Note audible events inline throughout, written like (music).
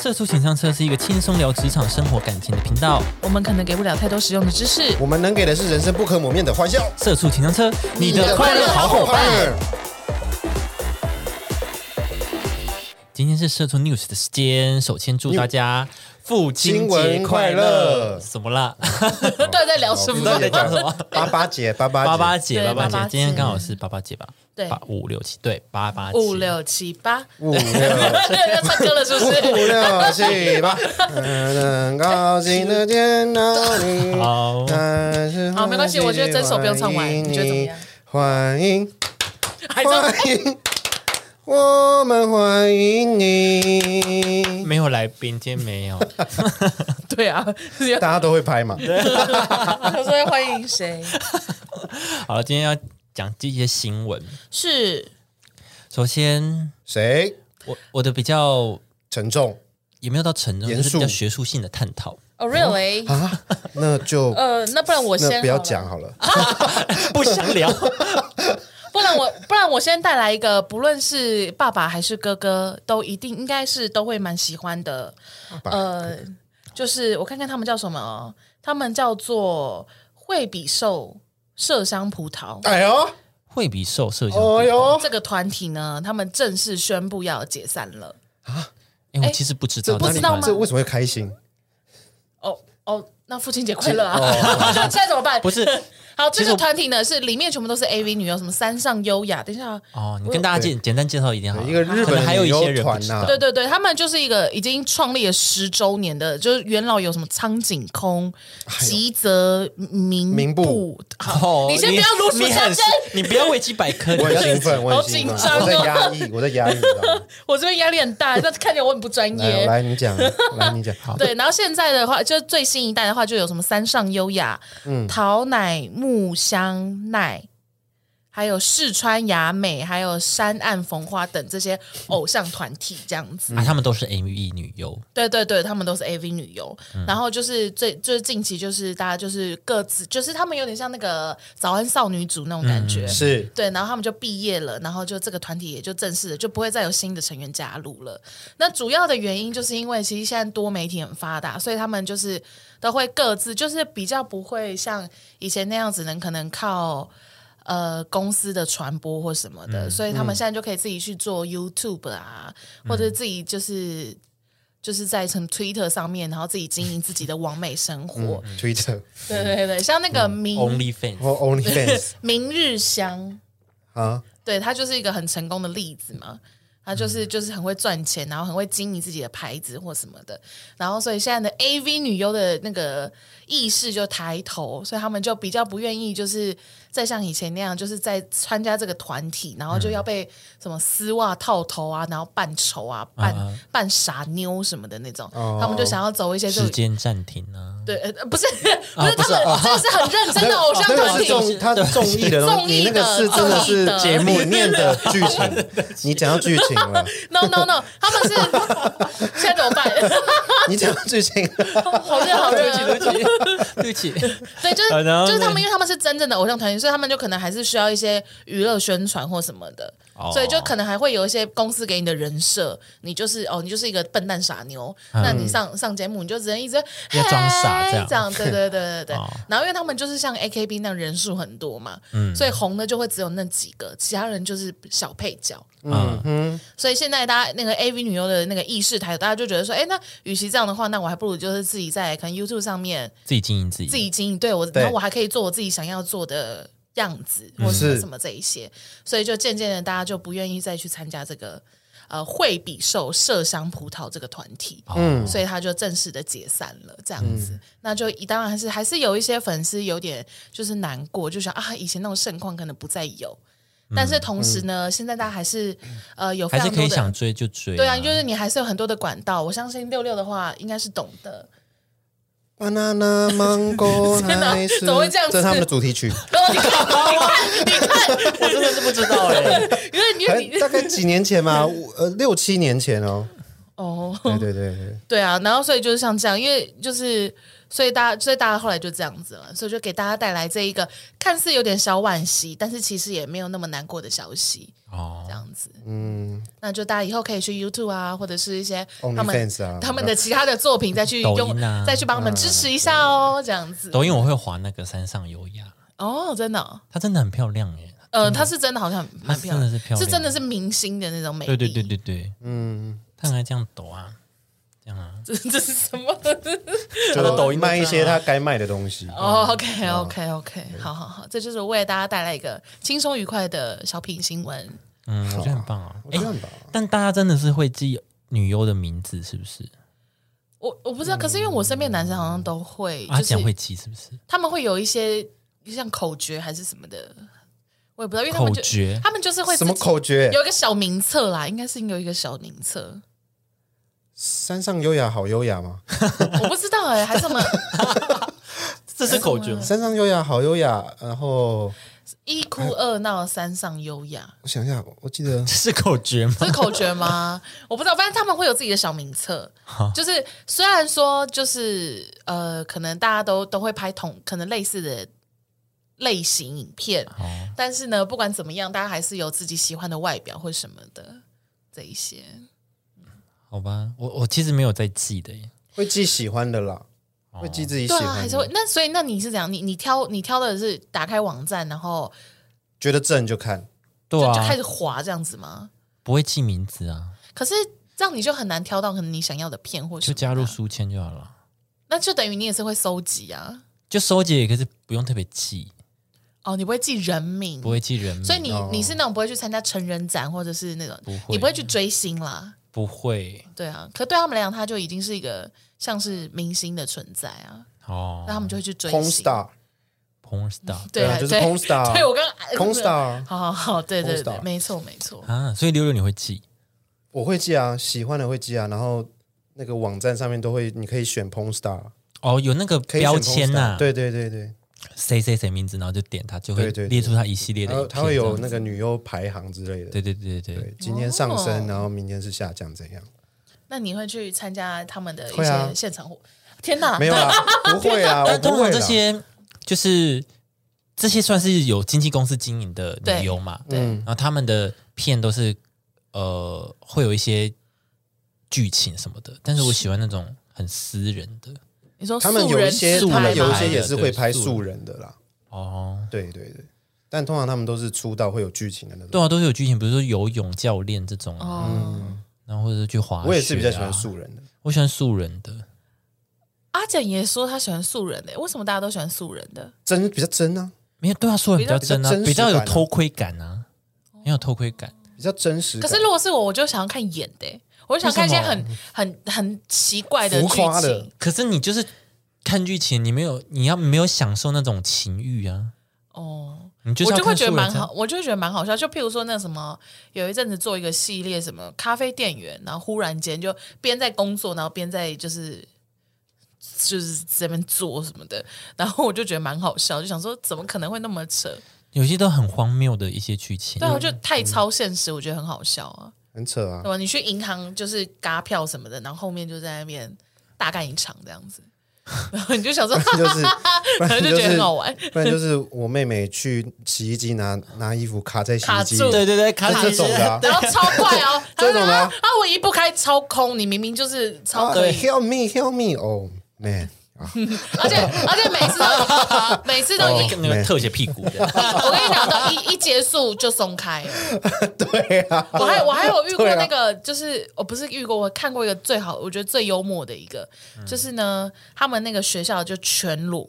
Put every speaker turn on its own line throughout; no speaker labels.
社畜情商车是一个轻松聊职场、生活、感情的频道。
我们可能给不了太多实用的知识。
我们能给的是人生不可磨灭的欢笑，
社畜情商车，你的快乐好伙伴。。今天是社畜 news 的时间，首先祝大家父亲节快乐！怎么啦？
(laughs) 到底在聊什
你
么
到？底在讲
什
什
么
么？八八节，八八
八八
节
节，八
对
八
八
节，
八节
今天刚好是八八节吧？
对
八五六七，对，八八节
五。六七八， (laughs)
五六
要唱歌了是不
五
是？
六
(laughs)
七八，很高兴的见到你。
好
但是
好没关系我觉得整首不用唱完你觉得怎么样？
欢迎
还
你，欢
唱
迎，我们欢迎你。
没有来宾，今天没有。
对啊，是要
大家都会拍嘛？
他说要欢迎谁？
好了，今天要讲这些新闻。
是
首先，
谁？
我我的比较
沉重
也没有到沉重，
严
就
肃
是比较学术性的探讨。
哦，really？
啊？那就
呃，那不然我
那
先
不要
好了
讲，好了。
(laughs) 不想聊。
不然我不然我先带来一个，不论是爸爸还是哥哥，都一定应该是都会蛮喜欢的。
爸
呃，就是我看看他们叫什么哦，他们叫做惠比寿麝香葡萄。
哎呦，
惠比寿社交，
哎呦，
这个团体呢，他们正式宣布要解散了。
哎、我其实不知道，
这
不知道吗
哦这为什么会
(laughs)
开心？
哦哦，那父亲节快乐啊！ (laughs) 现在怎么办？
不是
好，这
实
个
我
团体呢是里面全部都是 AV 女优，什么山上优雅。等一下啊，
(laughs) 哦，你跟大家简简单介绍一点好了，
一个日
可
本
能还有一些人不
团
知
呐
道， (laughs)
对对对，他们就是一个已经创立了十周年的，就是元老有什么苍井空、吉泽明
明
步
步。
好，你先不要如数
哦你
家
很
珍，
(laughs) 你不要维基百
(laughs)
科，
我
你
很
自己
兴奋，我
好
很兴奋，
紧张哦
我在压抑，我在压抑。你知
(laughs)
道吗
我这边压力很大，那看起来我很不专
(laughs) 来，
业。
来你讲，来你讲。 (laughs) 好，
对，然后现在的话，就最新一代的话，就有什么三上优雅、桃乃木香奈，还有四川雅美，还有山岸逢花等这些偶像团体这样子。
啊，他们都是 MV 女
哦
优，
对对对，他们都是 AV 女优，然后就是最就是近期就是大家就是各自就是他们有点像那个早安少女组那种感觉，
是
对，然后他们就毕业了，然后就这个团体也就正式的就不会再有新的成员加入了。那主要的原因就是因为其实现在多媒体很发达，所以他们就是都会各自就是比较不会像以前那样子能可能靠。呃，公司的传播或什么的，所以他们现在就可以自己去做 YouTube 啊，或者自己就是就是在什么 Twitter 上面，然后自己经营自己的完美生活。
嗯
(laughs)
Twitter
对对对，像那个明、
，Only Fans，
或 OnlyFans
明日香，
啊，
对他就是一个很成功的例子嘛。他就是就是很会赚钱，然后很会经营自己的牌子或什么的，然后所以现在的 AV 女优的那个意识就抬头，所以他们就比较不愿意就是再像以前那样，就是在参加这个团体，然后就要被什么丝袜套头啊，然后扮丑啊，扮、扮傻妞什么的那种，他们就想要走一些就
时间暂停啊，
对，呃，不是 (laughs) 不是，他们这是很认真的偶像
那
团
个
体
是，综，它是综艺的
综
东西，
艺
你
的
那个是真的
综艺
是
的
节目里面的剧情。
(laughs)
你讲到剧情了，
No no no，他们是现在怎么办？
你讲到剧情了，
好热好热。
(laughs) (laughs) 对不起，
对，就是
好啊然后呢
就是他们，因为他们是真正的偶像团体，所以他们就可能还是需要一些娱乐宣传或什么的。
哦
所以就可能还会有一些公司给你的人设，你就是哦，你就是一个笨蛋傻妞。那你上上节目，你就只能一直
嗯要装傻这
这
样
这样对对对对对。
哦
然后因为他们就是像 AKB 那样人数很多嘛，
嗯
所以红的就会只有那几个，其他人就是小配角。
嗯，
所以现在大家那个 AV 女优的那个意识抬头，大家就觉得说，哎，那与其这样的话，那我还不如就是自己在可能 YouTube 上面
自己经营自己，
自己经营，对我，
对
然后我还可以做我自己想要做的样子，
嗯
或什么
是
什么这一些，所以就渐渐的大家就不愿意再去参加这个呃惠比寿麝香葡萄这个团体，
哦
嗯，所以他就正式的解散了，这样子，
嗯
那就一当然还是还是有一些粉丝有点就是难过，就想啊，以前那种盛况可能不再有。但是同时呢，现在大家还是呃有非
嗯还是
常
可
多
以
的
想追就追，
对啊，就是你还是有很多的管道。我相信六六的话应该是懂
(laughs)
的，
banana mango
天哪
nice，
(laughs) 怎么会这样子
这是他们的主题曲，
然后你看，你看，你看，
我真的是不知道哎，
(laughs) 因为因为
还
你
大概几年前吧，五呃六七年前哦，
哦， (laughs)
对对对对，
对啊，然后所以就是像这样，因为就是所以大家所以大家后来就这样子了，所以就给大家带来这一个看似有点小惋惜，但是其实也没有那么难过的消息，
(laughs) 哦
这，样子。嗯，那就大家以后可以去 YouTube 啊，或者是一些他们
OnlyFans 啊
他们的其他的作品再去
抖
用
音啊，
再去帮我们支持一下哦，这样子。
抖音我会滑那个山上优雅，
哦，真的哦，
她真的很漂亮哎，
呃，她是真的好像蛮漂
她是真的
亮，
是漂亮
真的是明星的那种美
对
丽。
对对对对，
嗯，
她很爱这样抖啊，这样啊，
(laughs) 这这是什么？
他的抖音都
卖一
这
些
样啊
他该卖的东西。
哦，OK，OK，OK、o k OK OK，好好好，这就是我为大家带来一个轻松愉快的小品新闻。
嗯，我觉得很棒啊，
我
哎
哦这，样吧，
但大家真的是会记女优的名字是不是？
我我不知道，可是因为我身边男生好像都会，
啊，她
就
讲
是
会记是不是？
他们会有一些像口诀还是什么的，我也不知道，因为他
口
们就
诀
他们就是会
什么
自己
口诀？
有一个小名册啦，应该是有一个小名册，
山上优雅好优雅吗？
嗯我不知道哎、还是什么
这是口诀吗，
山上优雅好优雅，然后
一哭二闹三上优雅，
我想一下，我记得
这是口诀吗？
这是口诀吗？我不知道，反正他们会有自己的小名册，就是虽然说就是呃，可能大家都都会拍同可能类似的类型影片，
哦，
但是呢，不管怎么样，大家还是有自己喜欢的外表或什么的这一些。
好吧，我我其实没有在记的耶，
会记喜欢的啦，
哦
会记自己喜
对
欢
啊，
的，
还是会那所以那你是怎样？你你挑你挑的是打开网站，然后
觉得正就看。
就、
对啊
就，开始滑这样子吗？
不会记名字啊，
可是这样你就很难挑到可能你想要的片或什
就
么的啊
加入书签就好了，
那就等于你也是会搜集啊。
就收集也可是不用特别记，
哦，你不会记人名，
不会记人名，
嗯所以你、
哦
你是那种不会去参加成人展或者是那种，
不会
你不会去追星啦，
不会
对啊。可对他们来讲，他就已经是一个像是明星的存在啊，
哦
那、他们就会去追
Porn
星。
star，
，porn star
对
啊
啊，
就是
对
porn star
(laughs)
(laughs)
对我刚呃
porn star
好好好，对对
porn
对，
star
没错没错。
啊，所以溜溜你会记
我会记啊，喜欢的会记啊，然后那个网站上面都会，你可以选 porn star，
哦，有那个
可以选
标
porn
签
star
呐，，
对对对啊对，
谁谁谁名字，然后就点它，就会
对对对
列出它一系列
然后
的，
它会有那，个女优排行之类的。
对对对对对
对，今天上升，
哦
然后明天是下降，这样
那你会去参加他们的一
会啊
些现场活？天哪，
没有
(laughs)
啦，不会啦，啊我
但
不
通
会
常
啦
这。些就是这些算是有经纪公司经营的女优嘛，
对
嗯
然后他们的片都是呃会有一些剧情什么的，但是我喜欢那种很私人的
你说
他们
素
有一
人
些，
自
他
拍
们有一
吗
些也是会拍
对
素人的啦。
哦。
对对对，但通常他们都是出道会有剧情的那种。
对啊，都是有剧情，比如说游泳教练这种、啊，
哦。
嗯
然后或者是去滑雪、啊。
我也是比较喜欢，素人的，
我喜欢素人的，
阿简也说他喜欢素人的、欸为什么大家都喜欢素人的？
真比较真啊，
没有对啊，素人比较真啊，
比较
比
比较真实感
较
啊
有偷窥感啊，很有偷窥感。
比较真实
可
感。
是如果是我，我就想要看演的、欸我就想看一些很很很奇怪的
浮
剧
夸的
情。
可是你就是看剧情，你没有，你要没有享受那种情欲啊，
哦，
你就是
我
要
就会
看
觉得
素人
蛮
才
好，我就会觉得蛮好笑。就譬如说那什么，有一阵子做一个系列，什么咖啡店员，然后忽然间就边在工作，然后边在就是就是这边做什么的，然后我就觉得蛮好笑，就想说怎么可能会那么扯？
有些都很荒谬的一些剧情。
对啊，我就太
嗯
超现实，我觉得很好笑啊。
很扯啊
对，吧？你去银行就是嘎票什么的，然后后面就在那边大干一场这样子，然后你就想说， (laughs)
就是不
然后
然
就
(laughs) 就
觉得
是
很好玩。
不然就是我妹妹去洗衣机拿拿衣服卡在洗衣机
卡住
里，
对对对，卡
这种
(laughs)
的啊
然后超快
(laughs)
哦，
这种的啊
啊，啊我一不开超空，你明明就是超
啊
可以，
，Help me，Help me，哦，man，
而
(laughs)
且而且每次都每次
哦
都一，
那个特写屁股的， (laughs)
哦
我跟你讲，到一 (laughs) 一结束就松开了。
对啊，
我还我还有遇过
对啊
那个，就是我不是遇过，我看过一个最好，我觉得最幽默的一个，
嗯
就是呢，他们那个学校就全裸，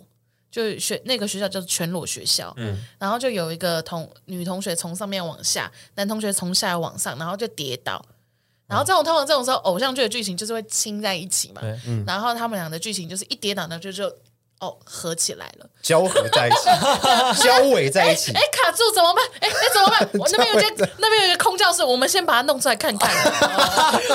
就学那个学校叫全裸学校，嗯，然后就有一个同女同学从上面往下，男同学从下往上，然后就跌倒。然后
嗯
这种通常这种时候，偶像剧的剧情就是会亲在一起嘛
对。
然后他们俩的剧情就是一跌倒呢，就就哦合起来了。
交合在
(laughs)
一起，交尾在一起
哎，，卡住怎么办？哎哎，怎么办？我那边有一
这
个那边有一个空教室，我们先把它弄出来看看。哦哦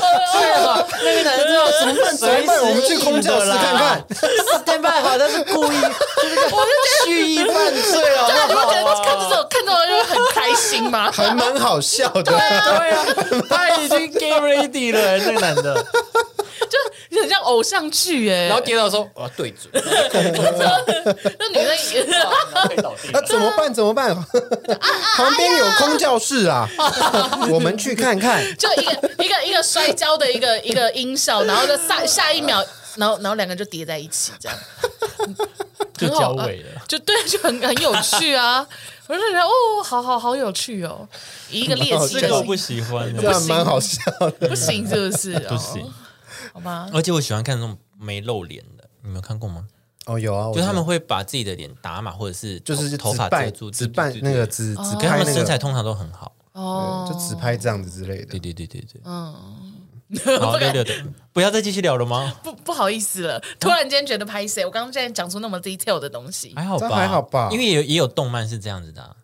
哦哦那边男的
怎么办？怎么办？我们去空教室看看。
Stand by 好，他是故意，就是个蓄意犯罪
啊
好
那你
不
会
好
觉得看这种看到就会很开心吗？
还蛮好笑的，
对啊，他已经 gay ready 了，那个男的，
就很像偶像剧哎、
然后跌倒说我要对准，
那女生也
然后可以倒地
那、。怎么办？怎么
啊
办？ (laughs) 旁边有空教室啊，
哎
(laughs) 我们去看看。
就一个一个一个摔跤的一个一个音效，然后就下下一秒，然后然后两个就叠在一起，这样
就
很好啊
交尾了。
就对，就很很有趣啊！我就觉得哦，好好好有趣哦，以一个猎奇
这个我 (laughs)
的
不喜欢
这
的，
样蛮好笑的。
不行是不是？不
(laughs) 不行，。
好吧，
而且我喜欢看那种没露脸的，你们有看过吗？
(laughs) 哦，有啊，我
就是他们会把自己的脸打码，或者是
就是
头头
只
发遮
扮
住，
只
对
扮那，个
对对哦
只
对
只
可是他
拍
们
那
身材
个，
通常都很好。
哦，
就只拍这样子之类的
对。对对对对，嗯。 (laughs) 好，六六的，不要再继续聊了吗？
不不好意思了，突然间觉得拍谁？我刚刚竟然讲出那么 detail 的东西，
还好吧，
这还好吧
因为也有也有动漫是这样子的啊，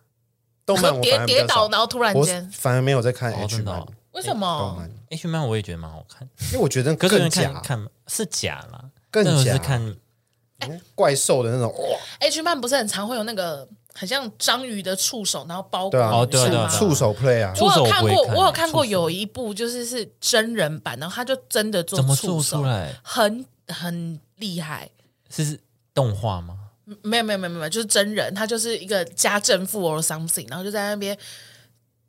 动漫我反
跌
而比
跌
较
倒，
少，
然后突然
我
间，
反而没有在看
哦
H
真的
漫
哦
为什
动
么
漫？，
H 漫我也觉得蛮好看，
因为我觉得
可是有
更
人看
假，
看是假啦，
更
但我
假
是看
怪兽的那种哇，
H 漫不是很常会有那个很像章鱼的触手，然后包裹
对啊，
哦对啊
触
对啊
触手 play 啊，
触
我
手
有
我
看
不会
过，
看
我有看过
触手
有一部就是是真人版，然后他就真的做
怎么做
触手
出，来
很很厉害。
是动画吗？
嗯没有没有没有没有，就是真人，他就是一个家政妇 or something，然后就在那边。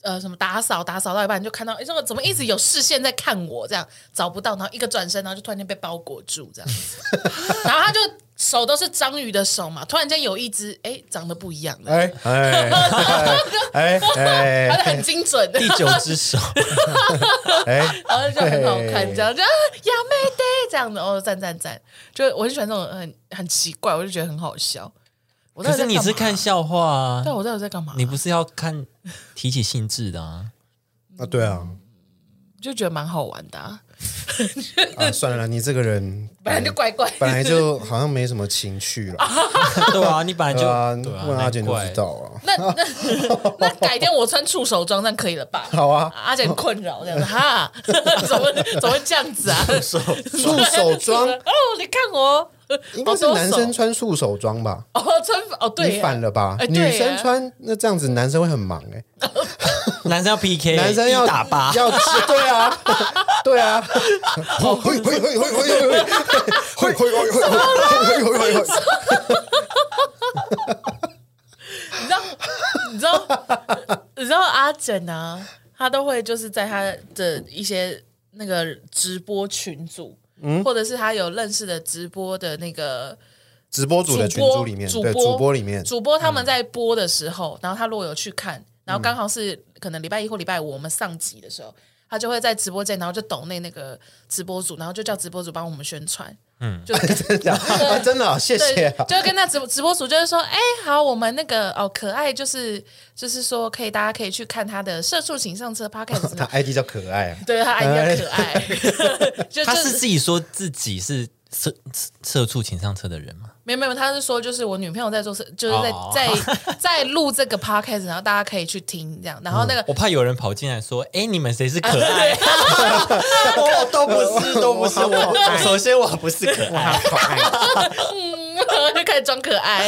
呃，什么打扫打扫到一半，你就看到哎，这个怎么一直有视线在看我，这样找不到，然后一个转身，然后就突然间被包裹住这样
(laughs)
子，然后他就手都是章鱼的手嘛，突然间有一只哎长得不一样了，
哎哎哎
他
哎
就很精
(laughs)
准，
第九只
(laughs)
手，
哎，
然后就很好看，这样就啊亚妹的这样的哦，赞赞赞！就我很喜欢这种很很奇怪，我就觉得很好笑。我到
可是你
底在干嘛
是看，笑话啊
对，，我到底在干嘛？
你不是要看提起兴致的啊？
啊对啊，
就觉得蛮好玩的、啊，
啊算了啦，你这
(laughs)
个人
本来就怪怪。
本来就好像没什么情趣了，
对啊，你本来就
对啊，
对啊，
问阿简
难
就
怪
知道啊。
那那那改天我穿触手装，这样可以了吧？
好啊
阿姐很困扰这样子哈， (laughs) 怎么怎么会这样子啊？
束手
(laughs)
装
哦，你看我，
应该是
好多
男生
手
穿束手装吧？
哦，穿哦
啊
对
你
耶，
反了吧？
哎对
女
耶
生穿那这样子，男生会很忙哎、
男生要 PK，
男生要
哎一打八，
(laughs) 要吃对啊， (laughs)
(laughs)
对啊，会 (laughs) 会会会会会会会会会会会会会会，
你知道，你知道，你知道阿整啊，他都会就是在他的一些那个直播群组，
嗯
或者是他有认识的直播的那个
直播组的群组里面，
主
对
播
主播里面， (laughs) 嗯
主播他们在播的时候，然后他如果有去看，然后刚好是可能礼拜一或礼拜五我们上集的时候，他就会在直播间，然后就抖内那个直播组，然后就叫直播组帮我们宣传，嗯，
(laughs)
就
真的啊真的啊，谢谢
对，
啊，
就跟那直直播主就是说，哎、好，我们那个哦，可爱就是就是说，可以大家可以去看他的《社畜请上车》podcast，
(laughs) 他 ID 叫可爱啊，
对他爱比较可
(laughs)
爱，就就
他是自己说自己是社社畜请上车的人吗？
没有没有，他是说就是我女朋友在做事，就是在、
哦
在 (laughs) 在录这个 podcast，然后大家可以去听这样，然后那个、(laughs) 哎
嗯
我怕有人跑进来说：“哎，你们谁是可爱？”我哦都不是，都不是
(laughs)
我。首先
哦
我不是可爱，
就开始装可爱，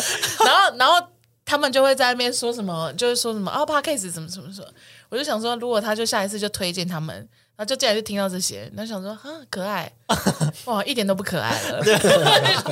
然后然后他们就会在那边说什么，就是说什么啊 p o d c a s 怎么怎么说，我就想说，如果他就下一次就推荐他们，然后就竟然就听到这些，然后想说啊可
(laughs)
爱，哇一点都不可爱了，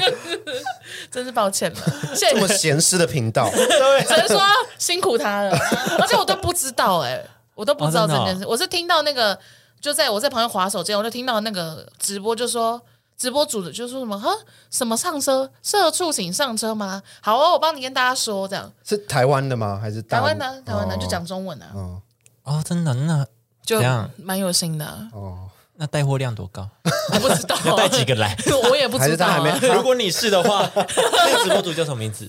(laughs) 真是抱歉
(laughs)
了，谢谢
这
你
么
们，
闲适的频道，
啊
(laughs) 只能说辛苦他了， (laughs) 而且我都不知道哎、我都不知道
哦
这件事，我是听到那个就在我在旁边划手机，我就听到那个直播就说。直播主的就说什么哈什么上车，社畜请上车吗？好哦，我帮你跟大家说这样。
是台湾的吗？还是
台
大陆
湾呢，台湾呢
哦
就讲中文啊，
哦，真的，那
就
怎样
蛮有心的
(laughs)
啊。
哦，
那带货量多高？
我不知道啊，
要带几个来？
(laughs) 我也不
还
知
是
道
他还
啊，
没
没
如果你是的话，那个直播主叫什么名字？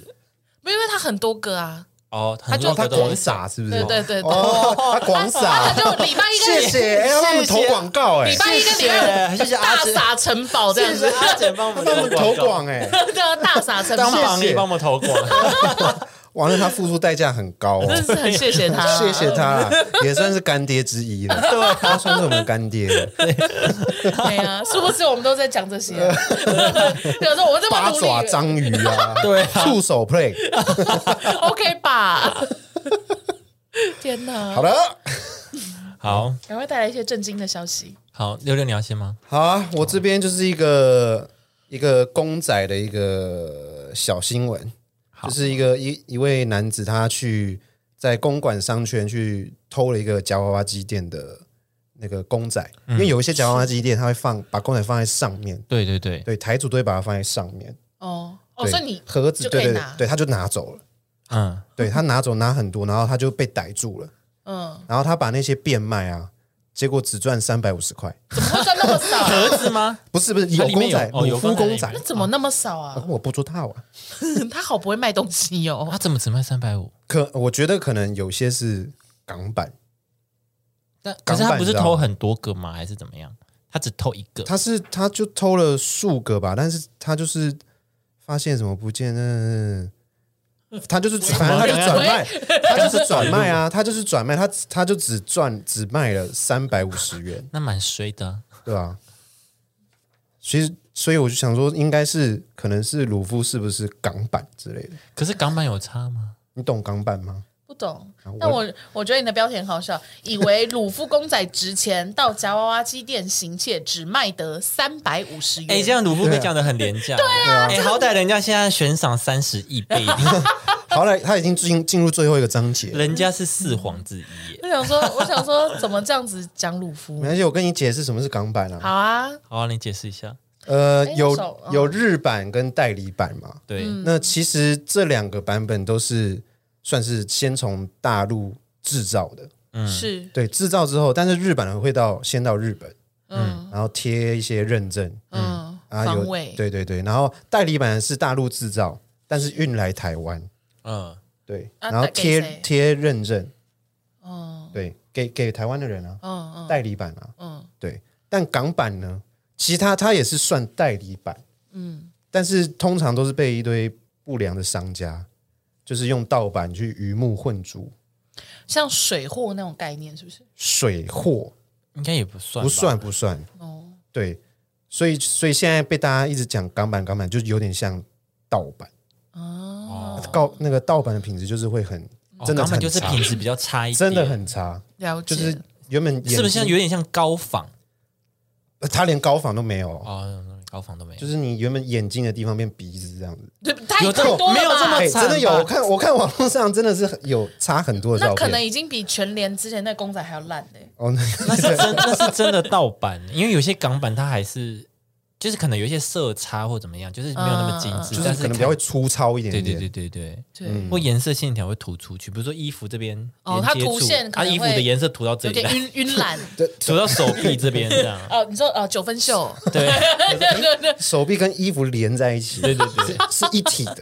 有，因为他很多个啊。
哦，
他就
很多
他
个
广
都
撒是不是？
对对对对
哦，他广
啊，他
撒，
就礼拜一跟
谢谢，哎要帮我们投广告哎
礼，拜一跟礼拜五
谢谢谢谢阿
大
珍
撒城堡这样子，
阿姐帮我
帮我们投广哎。
(laughs) 对啊，大撒城
当
堡。
榜一帮我们投广，
完了他付出代价很高
(laughs)
哦
真。的是啊很谢谢他，
(laughs) 谢谢。他啦，也算是干爹之一
(laughs)
了。
啊
对，他算是我们干爹了。
对啊，是不是我们都在讲这
(laughs)
些？有时候我们这么
八
努
爪
力
章鱼啊，
对啊
触手 play。
(laughs) ，OK
(laughs)
吧？天哪！
好的，
好
赶快带来一些震惊的消息。
好，六六你要先吗？
好啊，我这边就是一个一个公仔的一个小新闻，就是一个一一位男子他去在公馆商圈去偷了一个夹娃娃机店的那个公仔，
嗯
因为有一些夹娃娃机店他会放把公仔放在上面，
对对对，
对，台主都会把它放在上面，
哦哦，
对
所以你
盒子
就
对
可以
对对
拿，
对，他就拿走了，
嗯，
对他拿走拿很多，然后他就被逮住了，
嗯，
然后他把那些变卖啊，结果只赚三百五十块，
怎么会赚那么
(laughs)
少？
盒子吗？
不是不是
它
有
里
公
面有
仔，
哦有
鲁夫
公
公
仔
仔
(laughs) 那。怎么那么少
(laughs)
啊？嗯
我不知道啊，
他好不会卖东西哦哟、
他怎么只卖三百五？
可我觉得可能有些是港版，
但可
港版
是他不是
你知道吗
偷很多个吗？还是怎么样？他只偷一个，
他是他就偷了数个吧，但是他就是发现什么不见，嗯，他就是反正他就转卖，他就是转卖啊，他就是转卖，他他就只赚只卖了三百五十元，
那蛮衰的啊。
对吧、其实，所以我就想说，应该是可能是鲁夫是不是港版之类的？
可是港版有差吗？
你懂港版吗？
不懂
啊我，
但我我觉得你的标题很好笑，以为鲁夫公仔值钱，到夹娃娃机店行窃，只卖得三百五十元。
哎，这样鲁夫被讲的很廉价。对啊，哎，好歹人家现在悬赏三十亿
(laughs)
倍，
好了，他已经进进入最后一个章节，
人家是四皇之一耶。
我想说，我想说，怎么这样子讲鲁夫
没？关系，我跟你解释什么是港版啊。
好啊，
好啊，你解释一下。
呃，
哎
有
那首嗯
有日版跟代理版嘛？
对，
那其实这两个版本都是算是先从大陆制造的，
是，
对，制造之后，但是日版的会到先到日本，
嗯
然后贴一些认证
嗯，
啊，
防
有
卫，
对对对，然后代理版是大陆制造，但是运来台湾，
嗯，
对，
啊
然后
给
贴
谁
贴认证，
嗯
对，给给台湾的人啊，
嗯嗯
代理版啊，
嗯，
对，但港版呢，其实它它也是算代理版，嗯，但是通常都是被一堆不良的商家，就是用盗版去鱼目混珠，
像水货那种概念是不是？
水货
应该也不算，
不。算不算，
哦，
对，所以所以现在被大家一直讲港版港版，就是有点像盗版，
哦，
盗那个盗版的品质就是会很
哦
真的
港版
很
就是
差，
品质比较差一点，
真的很差，
了解，
就是原本
是不是像有点像高仿
呃他连高仿都没有哦。
哦，高仿都没有
就。是你原本眼睛的地方变鼻子这样子，
对太
有这
太多了
没有
吧
这么
哎、
惨
真的有，
吧
我看我看网络上真的是很有差很多的
那
照片，
可能已经比全联之前那公仔还要烂欸嘞、
哦，那
那是真，那是真的盗版，因为有些港版它还是就是可能有一些色差或怎么样，就是没有那么精致，
嗯就是
但
可能
看
比较会粗糙一点
对
点。
对对对对，
对，
或颜色线条会突出去，比如说衣服这边
哦
连
它
接
涂
处
线可
它
能
衣服
会
的颜色涂到这
有
里
点
来，
晕晕染。，
涂到手臂这边这样
(laughs) 哦，你说哦，九分袖，
对
手臂跟衣服连在一起，
对对对
是一体的。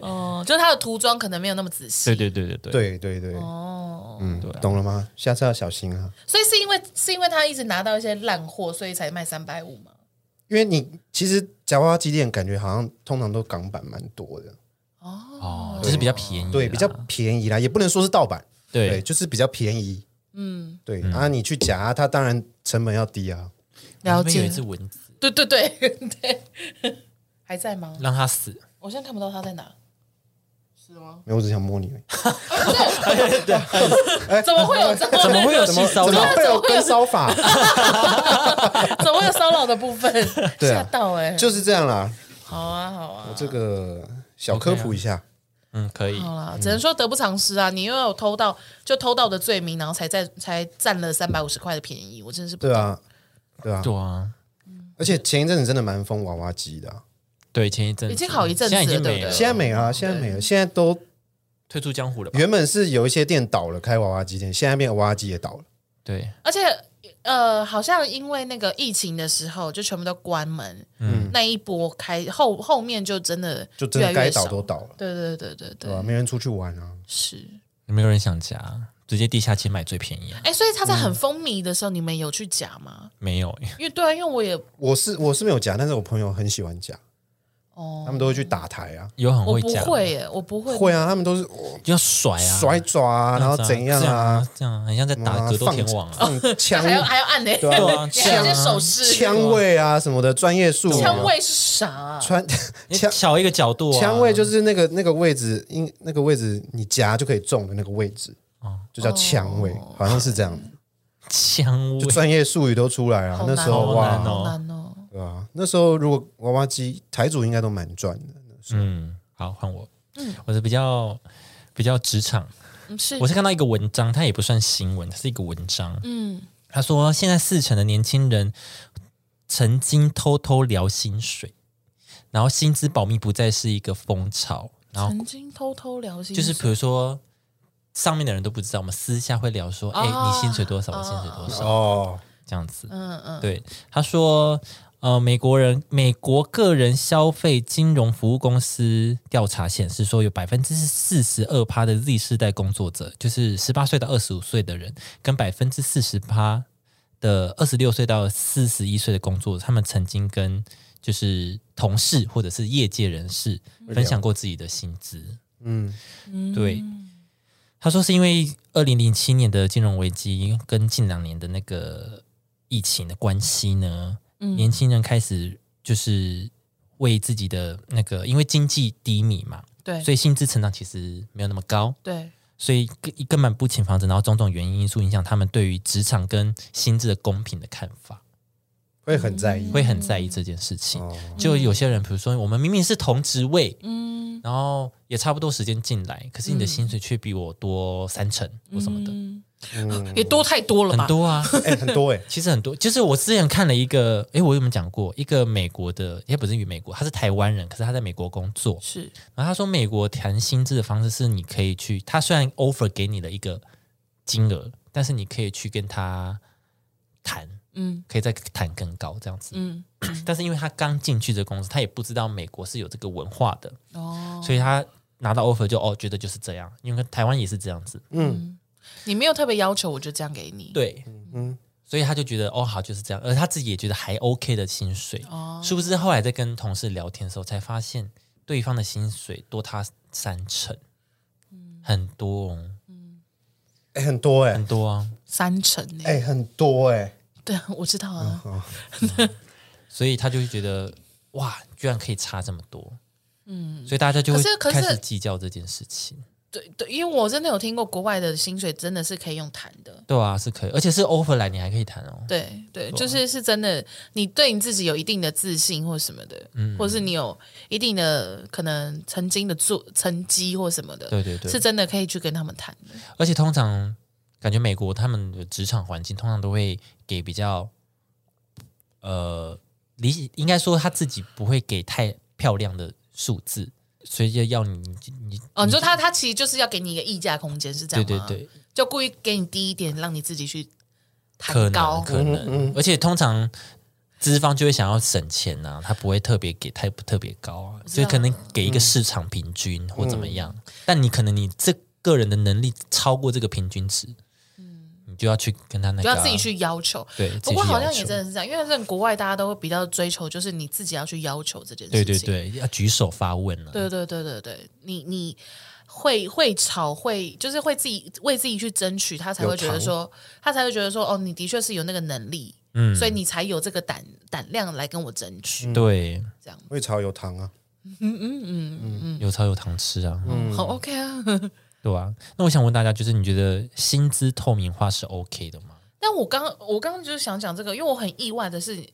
哦，就是它的涂装可能没有那么仔细。
对对对对对，
对对对，
哦，
嗯
对啊，
懂了吗？下次要小心啊，
所以是因为是因为他一直拿到一些烂货，所以才卖三百五嘛。
因为你其实夹娃娃机店感觉好像通常都港版蛮多的，
哦，就是比较便宜，
对，比较便宜啦，也不能说是盗版，对，
对，
就是比较便宜。
嗯，
对啊，你去夹它，当然成本要低啊。
了
那边有
解
一。只蚊子
对对对 (laughs) 对，还在吗？
让它死，
我现在看不到他在哪。是吗？
没有，我只想摸你而已。
(laughs)
哎怎么会有这么
怎么会有
怎么
性骚
怎么
扰？
会有跟骚法？ (laughs)
怎么会有骚扰的部分？
对
吓
啊
到哎！
就是这样啦。
好啊好啊
我，这个小科普一下，
嗯，可以，
好啦，只能说得不偿失啊！你又有偷盗，就偷盗的罪名，然后才在才占了三百五十块的便宜，我真的是不
对啊，对啊。
对啊，
而且前一阵子真的蛮疯娃娃机的啊，
对，前一阵子
已经好一阵子
现在已
了
经
对不
没
对
了，
现在没了啊，现在没了，现在都
退出江湖了吧？
原本是有一些店倒了，开娃娃机店，现在变娃娃机也倒了。
对，
而且呃，好像因为那个疫情的时候，就全部都关门，嗯，那一波开后后面就真的
就真
越来
的该
越
倒
少。
都倒了，
对对对对对，
对吧、没人出去玩啊，
是。
没有人想夹，直接地下街买最便宜啊，
哎，所以他
嗯
在很风靡的时候，你们有去夹吗？
没有耶。
因为对啊，因为我也
我是我是没有夹，但是我朋友很喜欢夹，
哦
他们都会去打台啊，
有很
我
会
不
讲，
会耶，我不会，
会啊，他们都是哦
就要
哎
甩啊，
甩爪啊，
这
然后
子啊
怎样
这
啊，，
这样很像在打
啊
格斗
放
天王啊，
(laughs)
放枪
还要还要按呢，
对
啊
你还有一些
枪啊
手势，
枪位啊什么的专业术语啊，
枪位是啥啊？
穿
你
枪
小一个角度啊，
(laughs) 枪位就是那个那个位置，因那个位置你夹就可以中的那个位置，
哦
就叫枪位，好像是这样，
枪
就
位，
专业术语都出来啊
好。
那
难
时
哦
候
好难
哇，
哦
好难哦。
对啊，那时候如果娃娃机台主应该都蛮赚的，
嗯，好，换我，我是比较比较职场，
嗯是
我是看到一个文章，它也不算新闻，它是一个文章，
嗯，
他说现在四成的年轻人曾经偷偷聊薪水，然后薪资保密不再是一个风潮，然后
曾经偷偷聊心
就
事，
是比如说上面的人都不知道，我们私下会聊说，
哦
哎、你薪水多少？我薪水多少？
哦，
这样子。
嗯嗯，
对，他说，呃，美国人美国个人消费金融服务公司调查显示说，有百分之四十二趴的 Z 世代工作者，就是十八岁到二十五岁的人，跟百分之四十趴的二十六岁到四十一岁的工作者，他们曾经跟就是同事或者是业界人士分享过自己的薪资。
嗯，
嗯
对他说是因为二零零七年的金融危机跟近两年的那个疫情的关系呢，
嗯
年轻人开始就是为自己的那个，因为经济低迷嘛，
对
所以薪资成长其实没有那么高，
对，
所以根根本不请房子，然后种种原因因素影响他们对于职场跟薪资的公平的看法，
会很在意
会很在意这件事情。
哦，
就有些人，比如说我们明明是同职位，
嗯
然后也差不多时间进来，可是你的薪水却比我多三成或什么的，
嗯，
嗯，
也多太多了吧？
很多
(laughs)
啊。
哎，很多哎，
其实很多，就是我之前看了一个，诶，我有没有讲过？一个美国的，也不是与美国，他是台湾人，可是他在美国工作。
是
然后他说，美国谈薪资的方式是，你可以去，他虽然 offer 给你的一个金额，但是你可以去跟他谈，
嗯
可以再谈更高这样子。
嗯
但是因为他刚进去这公司，他也不知道美国是有这个文化的，
哦，
所以他拿到 offer 就哦，觉得就是这样，因为台湾也是这样子。
嗯你没有特别要求，我就这样给你。
对，
嗯
所以他就觉得哦好就是这样，而他自己也觉得还 OK 的薪水。
哦，
殊不知后来在跟同事聊天的时候，才发现对方的薪水多他三成，
嗯
很多哦，
哎，很多哎
很，多啊。
三成呢？
哎，很多哎，
对，我知道
嗯
啊。
所以他就会觉得哇，居然可以差这么多，嗯，所以大家就会
可是可是
开始计较这件事情。
对对，因为我真的有听过国外的薪水真的是可以用谈的。
对啊，是可以，而且是 offer 来你还可以谈哦。
对对，就是是真的，你对你自己有一定的自信或什么的，
嗯
或者是你有一定的可能曾经的做成绩或什么的，
对对对
是真的可以去跟他们谈的。
而且通常感觉美国他们的职场环境通常都会给比较，呃，理应该说他自己不会给太漂亮的数字，所以就要你你
哦，你说他他其实就是要给你一个溢价空间，是这
对
样
对
吗？
对，
就故意给你低一点，让你自己去
可
谈
能
高。嗯
可能，而且通常。资方就会想要省钱呐、他不会特别给太特别高啊，所以可能给一个市场平均或怎么样，
嗯
但你可能你这个人的能力超过这个平均值，你就要去跟他那
就
个啊、
要自己去要求，
对自己
不过
去
好
要
像也
求
真的是这样，因为在国外大家都会比较追求，就是你自己要去要求这件事
对
情。
对对，要举手发问啊了、
对对对对对，你你会会吵，会就是会自己为自己去争取，他才会觉得说，他才会觉得说，哦，你的确是有那个能力，嗯，所以你才有这个胆胆量来跟我争
嗯
取，
对，
这样，
会炒有糖啊，
有草有糖吃啊，
嗯，好 OK 啊。 (laughs)
对啊。那我想问大家，就是你觉得薪资透明化是 OK 的吗？
但我刚我刚刚就是想讲这个，因为我很意外的是，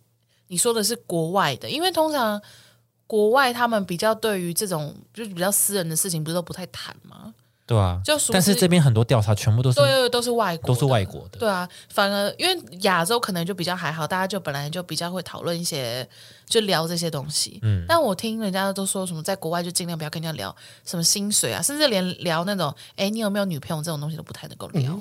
你说的是国外的，因为通常国外他们比较对于这种就是比较私人的事情，不是都不太谈吗？
对啊，
就属于
但是这边很多调查全部都是
对对对，都是外国
都
的，
是外国的，
对啊，反而因为亚洲可能就比较还好，大家就本来就比较会讨论一些，就聊这些东西。嗯，但我听人家都说什么，在国外就尽量不要跟人家聊什么薪水啊，甚至连聊那种，哎，你有没有女朋友这种东西都不太能够
嗯
聊。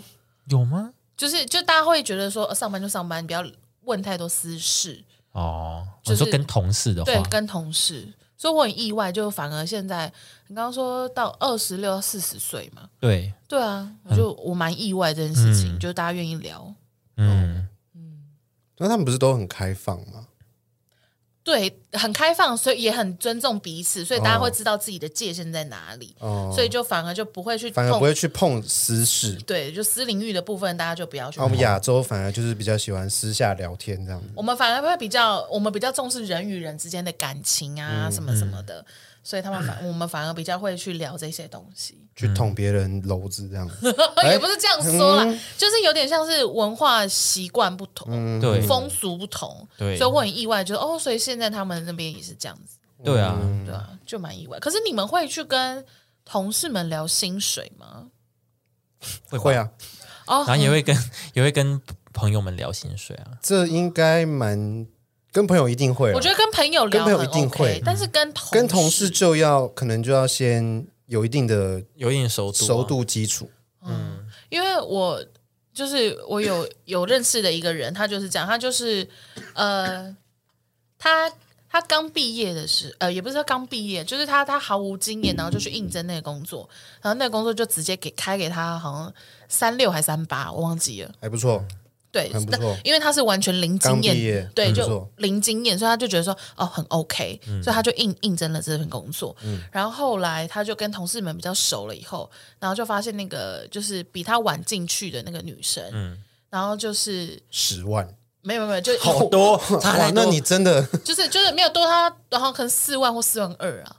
有吗？
就是就大家会觉得说，呃上班就上班，不要问太多私事。
哦，
就
你说
是
跟同事的话，
对，跟同事。所以我很意外，就反而现在你刚刚说到二十六到四十岁嘛，
对
对啊，我就我蛮意外这件事情，就大家愿意聊。
嗯，
那他们不是都很开放吗？
对很开放，所以也很尊重彼此，所以大家会知道自己的界限在哪里，
哦
所以就反而就不会去
反而
碰
不会去碰私事。
对，就私领域的部分，大家就不要去
哦那我
碰。
们亚洲反而就是比较喜欢私下聊天这样
嗯
子。
我们反而会比较，我们比较重视人与人之间的感情
嗯
啊，什么什么的，所以他们
(clears throat)
反我们反而比较会去聊这些东西，
去捅别人篓子这样子，
(laughs) 也不是这样说
嗯
啦，就是有点像是文化习惯不同。
嗯
对
风俗不同，
对
所以我很意外，就是哦，所以现在他们那边也是这样子，
对啊，
对啊，就蛮意外。可是你们会去跟同事们聊薪水吗？
会吧
会，啊，
哦，
然后也会跟 (laughs) 也会跟朋友们聊薪水啊，
这应该蛮跟朋友一定会啊，
我觉得跟朋友聊
跟朋友
很
一定
OK，
会
但是跟同
跟同事就要可能就要先有一定的
有一点熟度啊
熟度基础，
因为我就是我有有认识的一个人，他就是这样，他就是呃，他他刚毕业的时，呃，也不是他刚毕业，就是他他毫无经验，然后就去应征那个工作，然后那个工作就直接给开给他，好像三六还三八，我忘记了。
还不错。
嗯
对，
很不
那
错
因为他是完全零经
刚毕业
验，对，
很不
就
错嗯
零经验，所以他就觉得说，哦，很 OK，、所以他就应应征了这份工作。然后后来他就跟同事们比较熟了以后，然后就发现那个就是比他晚进去的那个女生，
嗯
然后就是
十万，
没有没有没有，就
好多，差
(laughs) 哇
太，多
那你真的
(laughs) 就是就是没有多他，然后可能四万或四万二啊，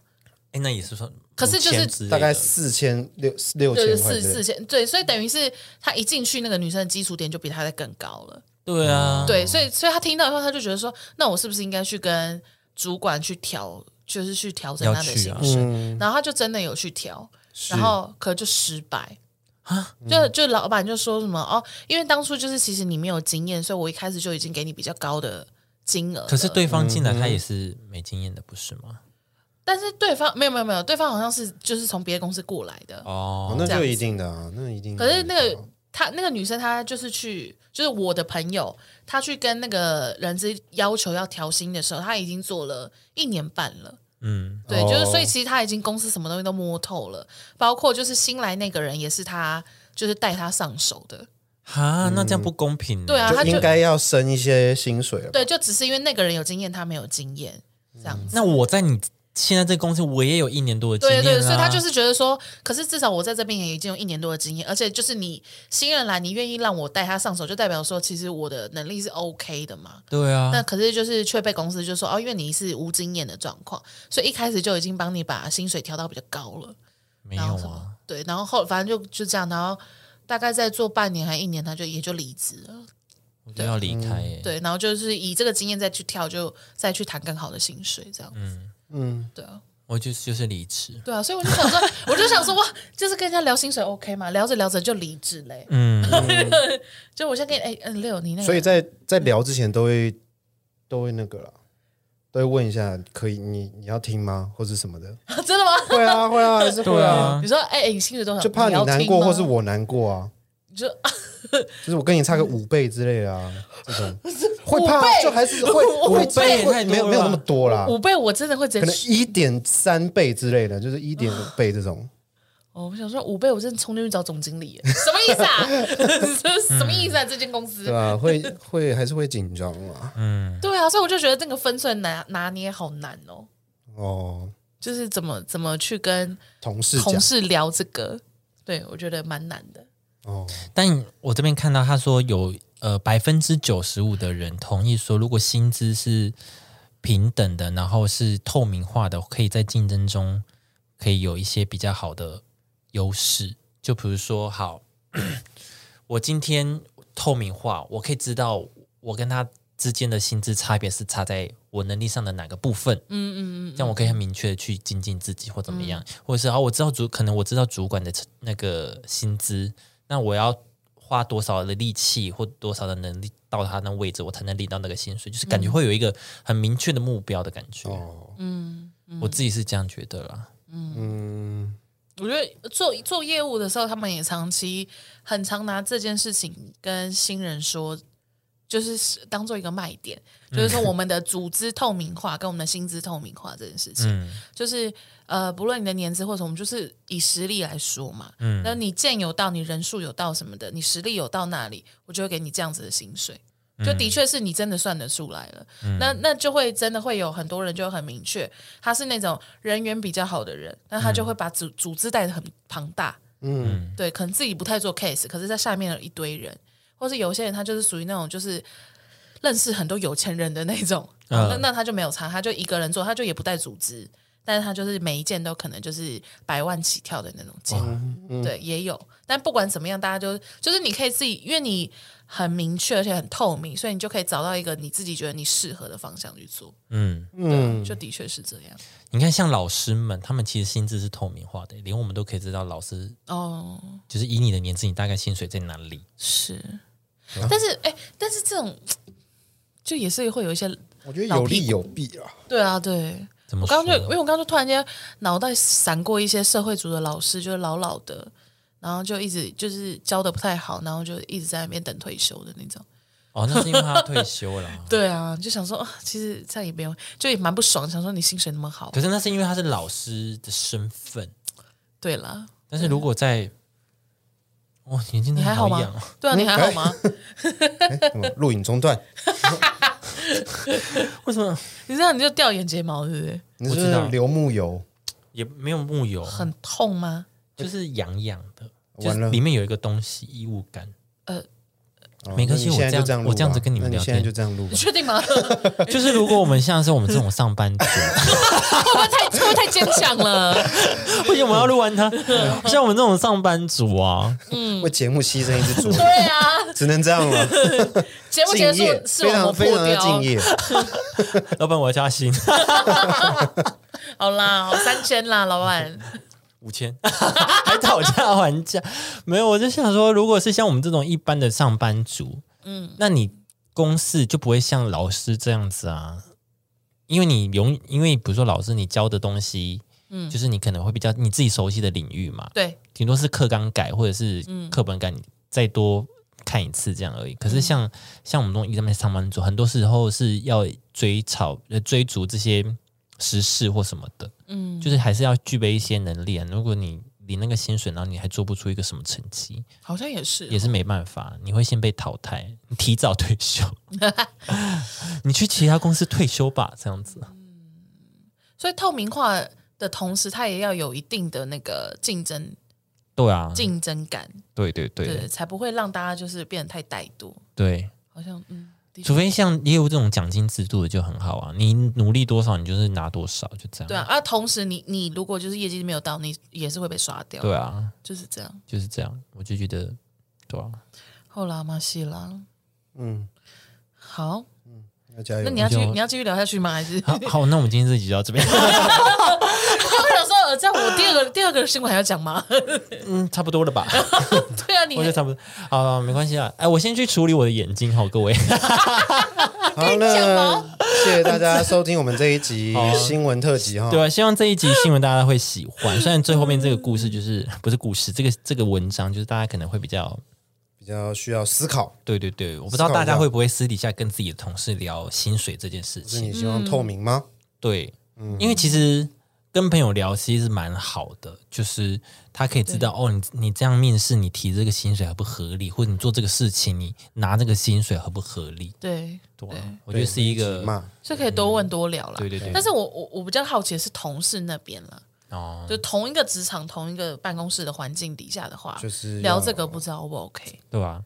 哎，那也是算，
可是就是
5000之类的
大概四千六六
对，
千
四
块
四
钱，
千，对，所以等于是他一进去，那个女生的基础点就比他在更高了。
对啊，
对，所以所以他听到以后，他就觉得说，那我是不是应该去跟主管去调，就是去调整
要
他的
去
薪
啊
水？
嗯
然后他就真的有去调，然后可就失败。
啊
就就老板就说什么哦，因为当初就是其实你没有经验，所以我一开始就已经给你比较高的金额。
可是，对方
嗯
进来他也是没经验的，不是吗？
但是对方没有没有没有，对方好像是就是从别的公司过来的，
哦
哦，
那
这样
就
子
一定的啊，那一定的。
可是那个
嗯
她那个女生，她就是去，就是我的朋友，她去跟那个人资要求要调薪的时候，她已经做了一年半了。
嗯，
对，
哦
就是所以其实她已经公司什么东西都摸透了，包括就是新来那个人也是她，就是带她上手的。
哈，
嗯
那这样不公平呢。
对啊，她
就
就
应该要升一些薪水了吧，
对，就只是因为那个人有经验，她没有经验，这样子。
那我在你现在这个公司，我也有一年嗯多的经
对
验
对，
啊
所以她就是觉得说，可是至少我在这边也已经有一年多的经验，而且就是你新人来，你愿意让我带她上手，就代表说其实我的能力是 OK 的嘛。
对啊，
那可是就是却被公司就说哦，因为你是无经验的状况，所以一开始就已经帮你把薪水调到比较高了。
没
然
有
后什么
啊，？
对，然后后反正就就这样，然后大概再做半年还一年，他就也就离职了。
我就要离开欸耶。
对，然后就是以这个经验再去跳，就再去谈更好的薪水这样子。
嗯，
对啊，
我就是就是离职。
对啊，所以我就想说，我就想说哇，就是跟人家聊薪水 OK 嘛，聊着聊着就离职嘞、
嗯，
(laughs) 就我先跟你哎嗯六，你那个
所以在在聊之前都会都会那个了，都会问一下，可以你你要听吗，或者什么的？
(laughs) 真的吗？
会啊会啊，还是会
(laughs) 对啊
啊，
你说哎、哎你薪水多少？
就怕
你要
你难
听
过
吗
或是我难过啊，
你就
(laughs) 就是我跟你差个五倍之类
(laughs)
的啊，这种会怕就还是会
五倍
五倍
太
会
多
没有
了
没有那么多啦，
五倍，我真的会直
啊可
接
能一点三倍之类的，就是一点五倍这
(laughs)
种。
哦，我想说五倍，我真的冲进去找总经理耶， (laughs) 什么意思 (laughs) 啊？这是什么意思啊？这间公司
对？吧、会会还是会紧张啊。
对啊，所以我就觉得这个分寸拿拿捏好难哦，
哦，
就是怎么怎么去跟
同事讲
同事聊这个，对我觉得蛮难的。
哦，
但我这边看到他说有呃百分之九十五的人同意说，如果薪资是平等的，然后是透明化的，可以在竞争中可以有一些比较好的优势。就比如说，好， (clears throat) 我今天透明化，我可以知道我跟他之间的薪资差别是差在我能力上的哪个部分。
嗯嗯嗯，
这样我可以很明确的去精进自己或怎么样，
嗯
或者是啊，我知道主可能我知道主管的成那个薪资，那我要花多少的力气或多少的能力到他那位置，我才能领到那个薪水，就是感觉
嗯
会有一个很明确的目标的感觉。
哦，
嗯
我自己是这样觉得啦。
嗯，
我觉得做做业务的时候，他们也长期很常拿这件事情跟新人说。就是当做一个卖点，
嗯
就是说我们的组织透明化跟我们的薪资透明化这件事情，
嗯
就是呃，不论你的年资或者我们就是以实力来说嘛，
嗯
那你件有到，你人数有到什么的，你实力有到那里，我就会给你这样子的薪水。
嗯
就的确是你真的算得出来了，那那就会真的会有很多人就很明确，他是那种人缘比较好的人，那他就会把组组织带得很庞大，嗯，对，可能自己不太做 case，可是在下面有一堆人，或是有些人他就是属于那种就是认识很多有钱人的那种，
嗯
哦那那他就没有差，他就一个人做，他就也不带组织，但是他就是每一件都可能就是百万起跳的那种件，对，也有。但不管怎么样，大家就就是你可以自己，因为你很明确而且很透明，所以你就可以找到一个你自己觉得你适合的方向去做。
嗯，
嗯，就的确是这样。
你看像老师们，他们其实薪资是透明化的，连我们都可以知道老师
哦，
就是以你的年资，你大概薪水在哪里。
是，但是哎、但是这种就也是会有一些，
我觉得有利有弊啊。
对啊，对。
怎么
我
说？
刚刚就，因为我刚刚就突然间脑袋闪过一些社会组的老师，就是老老的，然后就一直就是教的不太好，然后就一直在那边等退休的那种。
哦，那是因为他退休了。 (laughs)
对啊，就想说啊，其实这样也不用，就也蛮不爽，想说你薪水那么好
可。是那是因为他是老师的身份，
对啦，
但是如果在，哇、眼睛真
你
的
还好
痒
吗
哦？
对啊，你还好 (laughs) 吗？
哎怎么录影
(laughs)
中断，
为什么
你这样你就掉眼睫毛，对不对？
你
我
是
知道
流木油，
也没有木有，
很痛吗？ (laughs)
就是痒痒的，就
完
是
了
里面有一个东西异物感。
哦
没关系
那你现在就这样录啊，
我这样子跟你们
那
聊
你
天
现在就这样录吧
你。确定吗？ (laughs) 会
就是如果我们像是我们这种上班族，
不会太会不会太坚强了？
(laughs) 为什么要录完它？ (laughs) 像我们这种上班族啊，
嗯
为节目牺牲一
(laughs)
只
(laughs)
猪，
对啊，
只能这样了。
节目结
敬
束
业，
是
非
我
常
们
非常
破
的
掉 (laughs)
敬。业。
老板我要加薪
好啦，好三千啦， (laughs) 老板。
五千， (laughs) 还讨价还价。没有，我就想说，如果是像我们这种一般的上班族，嗯，那你公事就不会像老师这样子啊，因为你永因为比如说老师你教的东西。嗯，就是你可能会比较你自己熟悉的领域嘛，
对，
顶多是课纲改或者是课本改，你再多看一次这样而已。可是像、像我们这种一上面上班族，很多时候是要追草呃追逐这些时事或什么的，嗯，就是还是要具备一些能力啊。如果你领那个薪水，然后你还做不出一个什么成绩，
好像也是，
也是没办法，你会先被淘汰，你提早退休，你去其他公司退休吧，这样子。
所以透明化的同时，它也要有一定的那个竞争
对啊，
竞争感，
对对对
对，才不会让大家就是变得太怠惰。
对
好像嗯，的确
除非像业务这种奖金制度的就很好啊，你努力多少你就是拿多少，就这样。
对啊，啊，同时你你如果就是业绩没有到，你也是会被刷掉，
对啊，
就是这样。
就是这样。我就觉得，对啊，
后啦，马西啦，
嗯，
好，
要加油
那。你要继续
就
你要继续聊下去吗？还
(laughs)
是
好，好，那我们今天这集就到这边。 (laughs)
我想说，呃，这样我第二个第二个新闻还要讲吗？ (laughs)
嗯，差不多了吧？ (laughs)
对啊，你
我觉得差不多。好了，没关系啊。哎，我先去处理我的眼睛，好，各位。
好了， (laughs) 谢谢大家收听我们这一集
(laughs) 好啊
新闻特辑哈。
对啊，希望这一集新闻大家会喜欢。虽然最后面这个故事就是不是故事，这个这个文章就是大家可能会比较。
比较需要思考，
对对对，我不知道大家会不会私底下跟自己的同事聊薪水这件事
是
情。
你希
嗯
望透明吗？
对，因为其实跟朋友聊其实是蛮好的，就是他可以知道哦，你你这样面试，你提这个薪水合不合理，或者你做这个事情，你拿这个薪水合不合理，
对，
对啊、
对
我觉得是一个
对嘛，
所以可以多问多聊啦。
对对对，
但是我我我比较好奇的是同事那边啦，
哦，
就同一个职场、同一个办公室的环境底下的话，
就是要
聊这个不知道 O 不 OK？
对吧？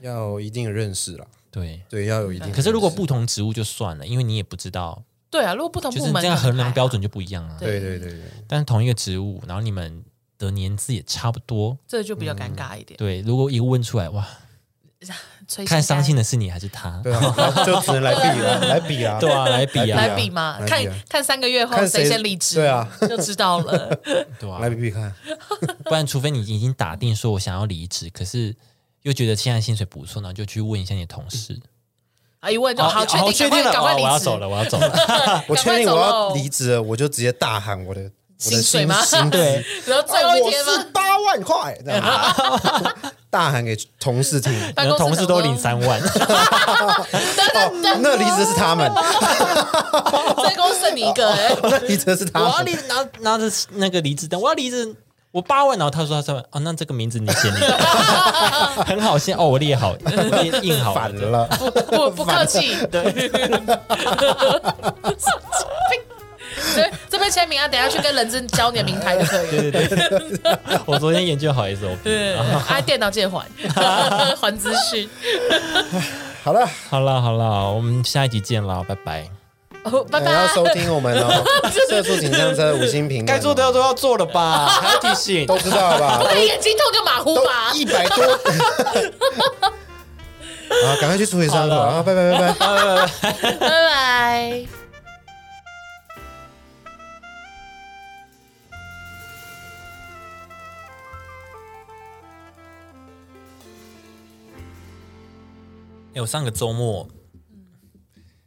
要有一定的认识啦。
对。
对，要有一定的认识。
可是如果不同职务就算了，因为你也不知道，
对啊，如果不同
就
部
是
门
这样
可能
衡量
还
标
好
准就不一样啊。
对对对对，
但是同一个职务，然后你们的年资也差不多，
这就比较尴尬一点。
嗯对。如果一问出来，哇，
崔
看伤心
的
的是你还是他？
对啊， (laughs) 好就只能来比了，来比啊，
对啊，来比啊，
来比嘛
来，比
看
啊
看三个月后
看
谁
谁
先离职，
对啊，
就知道
(laughs)
了。
对啊，
来比比看。
不然，除非你已经打定说我想要离职，可是又觉得现在薪水不错，然后就去问一下你的同事。
啊，一问就
嗯哦
好，
好
定，赶
了，
快赶快
哦
离
我要
职
走了，我要走 (laughs) 了。
我
赶快
确定
走
我
喽
要离职了，我就直接大喊我的我
薪
的
水吗
(laughs)
薪资
然后最后一
我
天
是
哦
吗？
八万块，这样
(laughs)
大喊给同事听。
办
你
公
的同
室
事都领三万，
哦，
啊
那离职是他们，
哦
最公司剩你一个，哎
那离职是
(laughs)
他
我要
们。
离拿拿着那个离职单，我要离职，我八万，然后他说他三万，啊，那这个名字你写你 (laughs) 的，很好，先哦，我列好，我列印好
反了，
不哎
(laughs)
不不客气，对， (laughs) 这这边签名啊，等一下去跟人资交你的名牌就可以
对
了。
对对， (laughs) 我昨天研究好 SOP。
(laughs) 对，哎，电脑借还， (laughs) 还资讯。
好了，
好了好了，我们下一集见啦，拜拜。
(laughs) 哦，拜
哎
大家
拜
哎要。收听我们哦，社畜请上车五星评论哦，
该做的都要做了 (laughs) 吧，还要提醒。
都知道了吧？
(laughs) 我的眼睛痛就马虎
都
吧。
一百多， (laughs) 啊，赶快去处理伤口啊！拜拜拜拜。
拜拜。
哎、我上个周末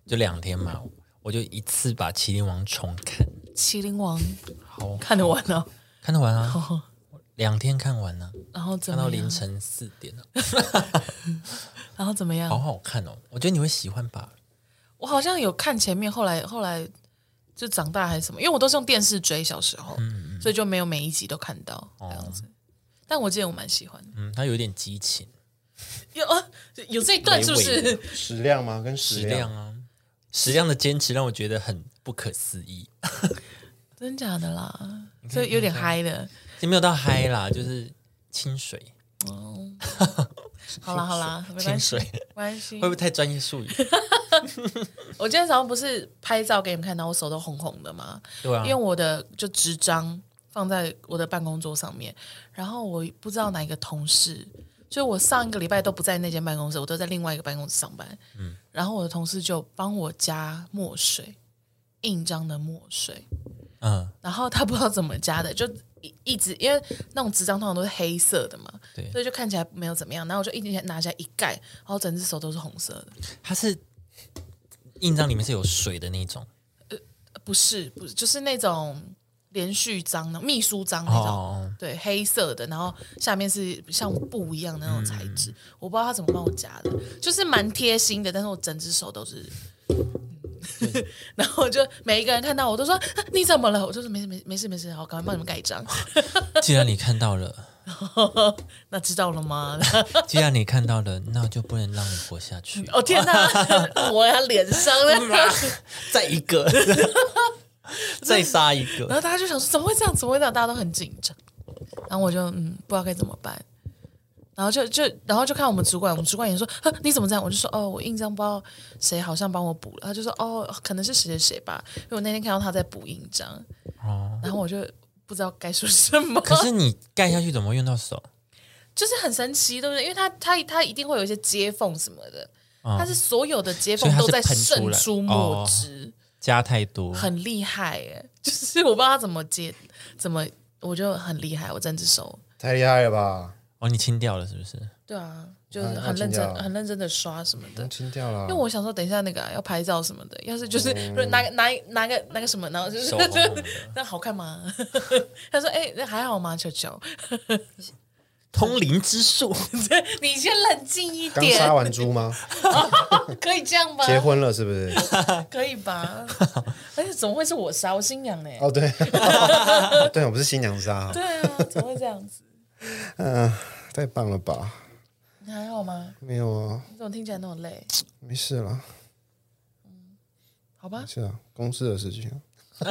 就两天嘛，我就一次把《麒麟王》重看，
麒麟王
好
看得完了，
看得完啊，两天看完呢、
然后怎
看
么
到
样
凌？晨四点啊，
然后怎么
好
样？
好看哦，我觉得你会喜欢吧。
我好像有看前面，后来后来就长大还是什么，因为我都是用电视追小时候，
嗯
所以就没有每一集都看到
哦
这样子。但我记得我蛮喜欢的，
嗯，它有点激情，
有啊有这一段是不
微微
是？
食量吗？跟
质量啊，质量的坚持让我觉得很不可思议。
真假的啦？所以有点嗨的。
也没有到嗨啦，就是清水，
好啦好啦，没
清
关系，
水 (laughs)
没关系
会不。会太专业术语？
我今天早上不是拍照给你们看到我手都红红的吗？
对啊，
因为我的就纸张放在我的办公桌上面，然后我不知道哪一个同事，就我上一个礼拜都不在那间办公室，我都在另外一个办公室上班，嗯，然后我的同事就帮我加墨水，印章的墨水，
嗯，
然后他不知道怎么加的，就一一直因为那种纸张通常都是黑色的嘛，
对
所以就看起来没有怎么样，然后我就一直拿起来一盖，然后整只手都是红色的，
它是印章里面是有水的那种
不是不是，就是那种连续章的秘书章那种。
哦，
对，黑色的，然后下面是像布一样的那种材质，我不知道他怎么帮我夹的，就是蛮贴心的，但是我整只手都是。 (laughs) 然后我就每一个人看到我都说、啊你怎么了？我就说没事没事没事没事，好，赶快帮你们盖章。 (laughs)
既然你看到了，
那知道了吗？ (laughs)
既然你看到了，那就不能让我活下去。
哦天哪， (laughs) 我要脸上了。
(laughs) 再一个， (laughs) 再杀一个
然，后大家就想说怎么会这样？怎么会这样？大家都很紧张。然后我就嗯，不知道该怎么办。然后就就然后就看我们主管，我们主管也说啊你怎么这样？我就说哦，我印章不知道谁好像帮我补了，他就说哦，可能是谁谁谁吧，因为我那天看到他在补印章，
哦
然后我就不知道该说什么，
可是你盖下去怎么会用到手？
就是很神奇，对不对？因为他他他一定会有一些接缝什么的，
哦
他是所有的接
所以它
缝都
是
在
喷出
渗
来
出
哦
墨汁。
加太多，
很厉害耶， (laughs) 就是我不知道他怎么接，怎么我就很厉害，我整只手，
太厉害了吧！
哦，你清掉了是不是？
对啊，就是
啊
很认真、
那请教
很认真的刷什么的。
清掉了
因为，我想说，等一下那个啊、要拍照什么的，要是就是、如拿拿拿个拿个什么，然后就是 (laughs)
手红红的
那好看吗？ (laughs) 他说：“哎、那还好吗，球球？ (laughs)
通灵之 (laughs) 术，
你先冷静一
刚杀
点，
完猪吗？
可以这样 (laughs) 吧？
结婚了是不是？
可以吧？而且怎么会是我杀？我新娘呢、
哦，对，哦对，我不是新娘杀，
对啊，怎么会这样子？
嗯，太棒了吧？
你还好吗？
没有啊，
你怎么听起来那么累？
没事了，
好
(laughs)
吧，
是啊，公司的事情啊，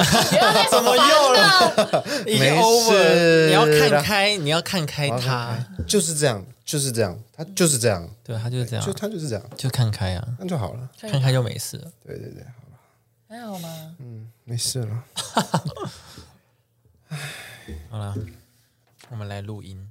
怎么用了？已经
没
over，
事
你要看开，你要看开
哎
他，
就是这样，就是这样，他就是这样，
对他就是这
就
样，
他就是这样，
就看开啊，
那就好了。
可以
看开就没事了。
对对对，好
还好吗？
没事了。
好了，我们来录音。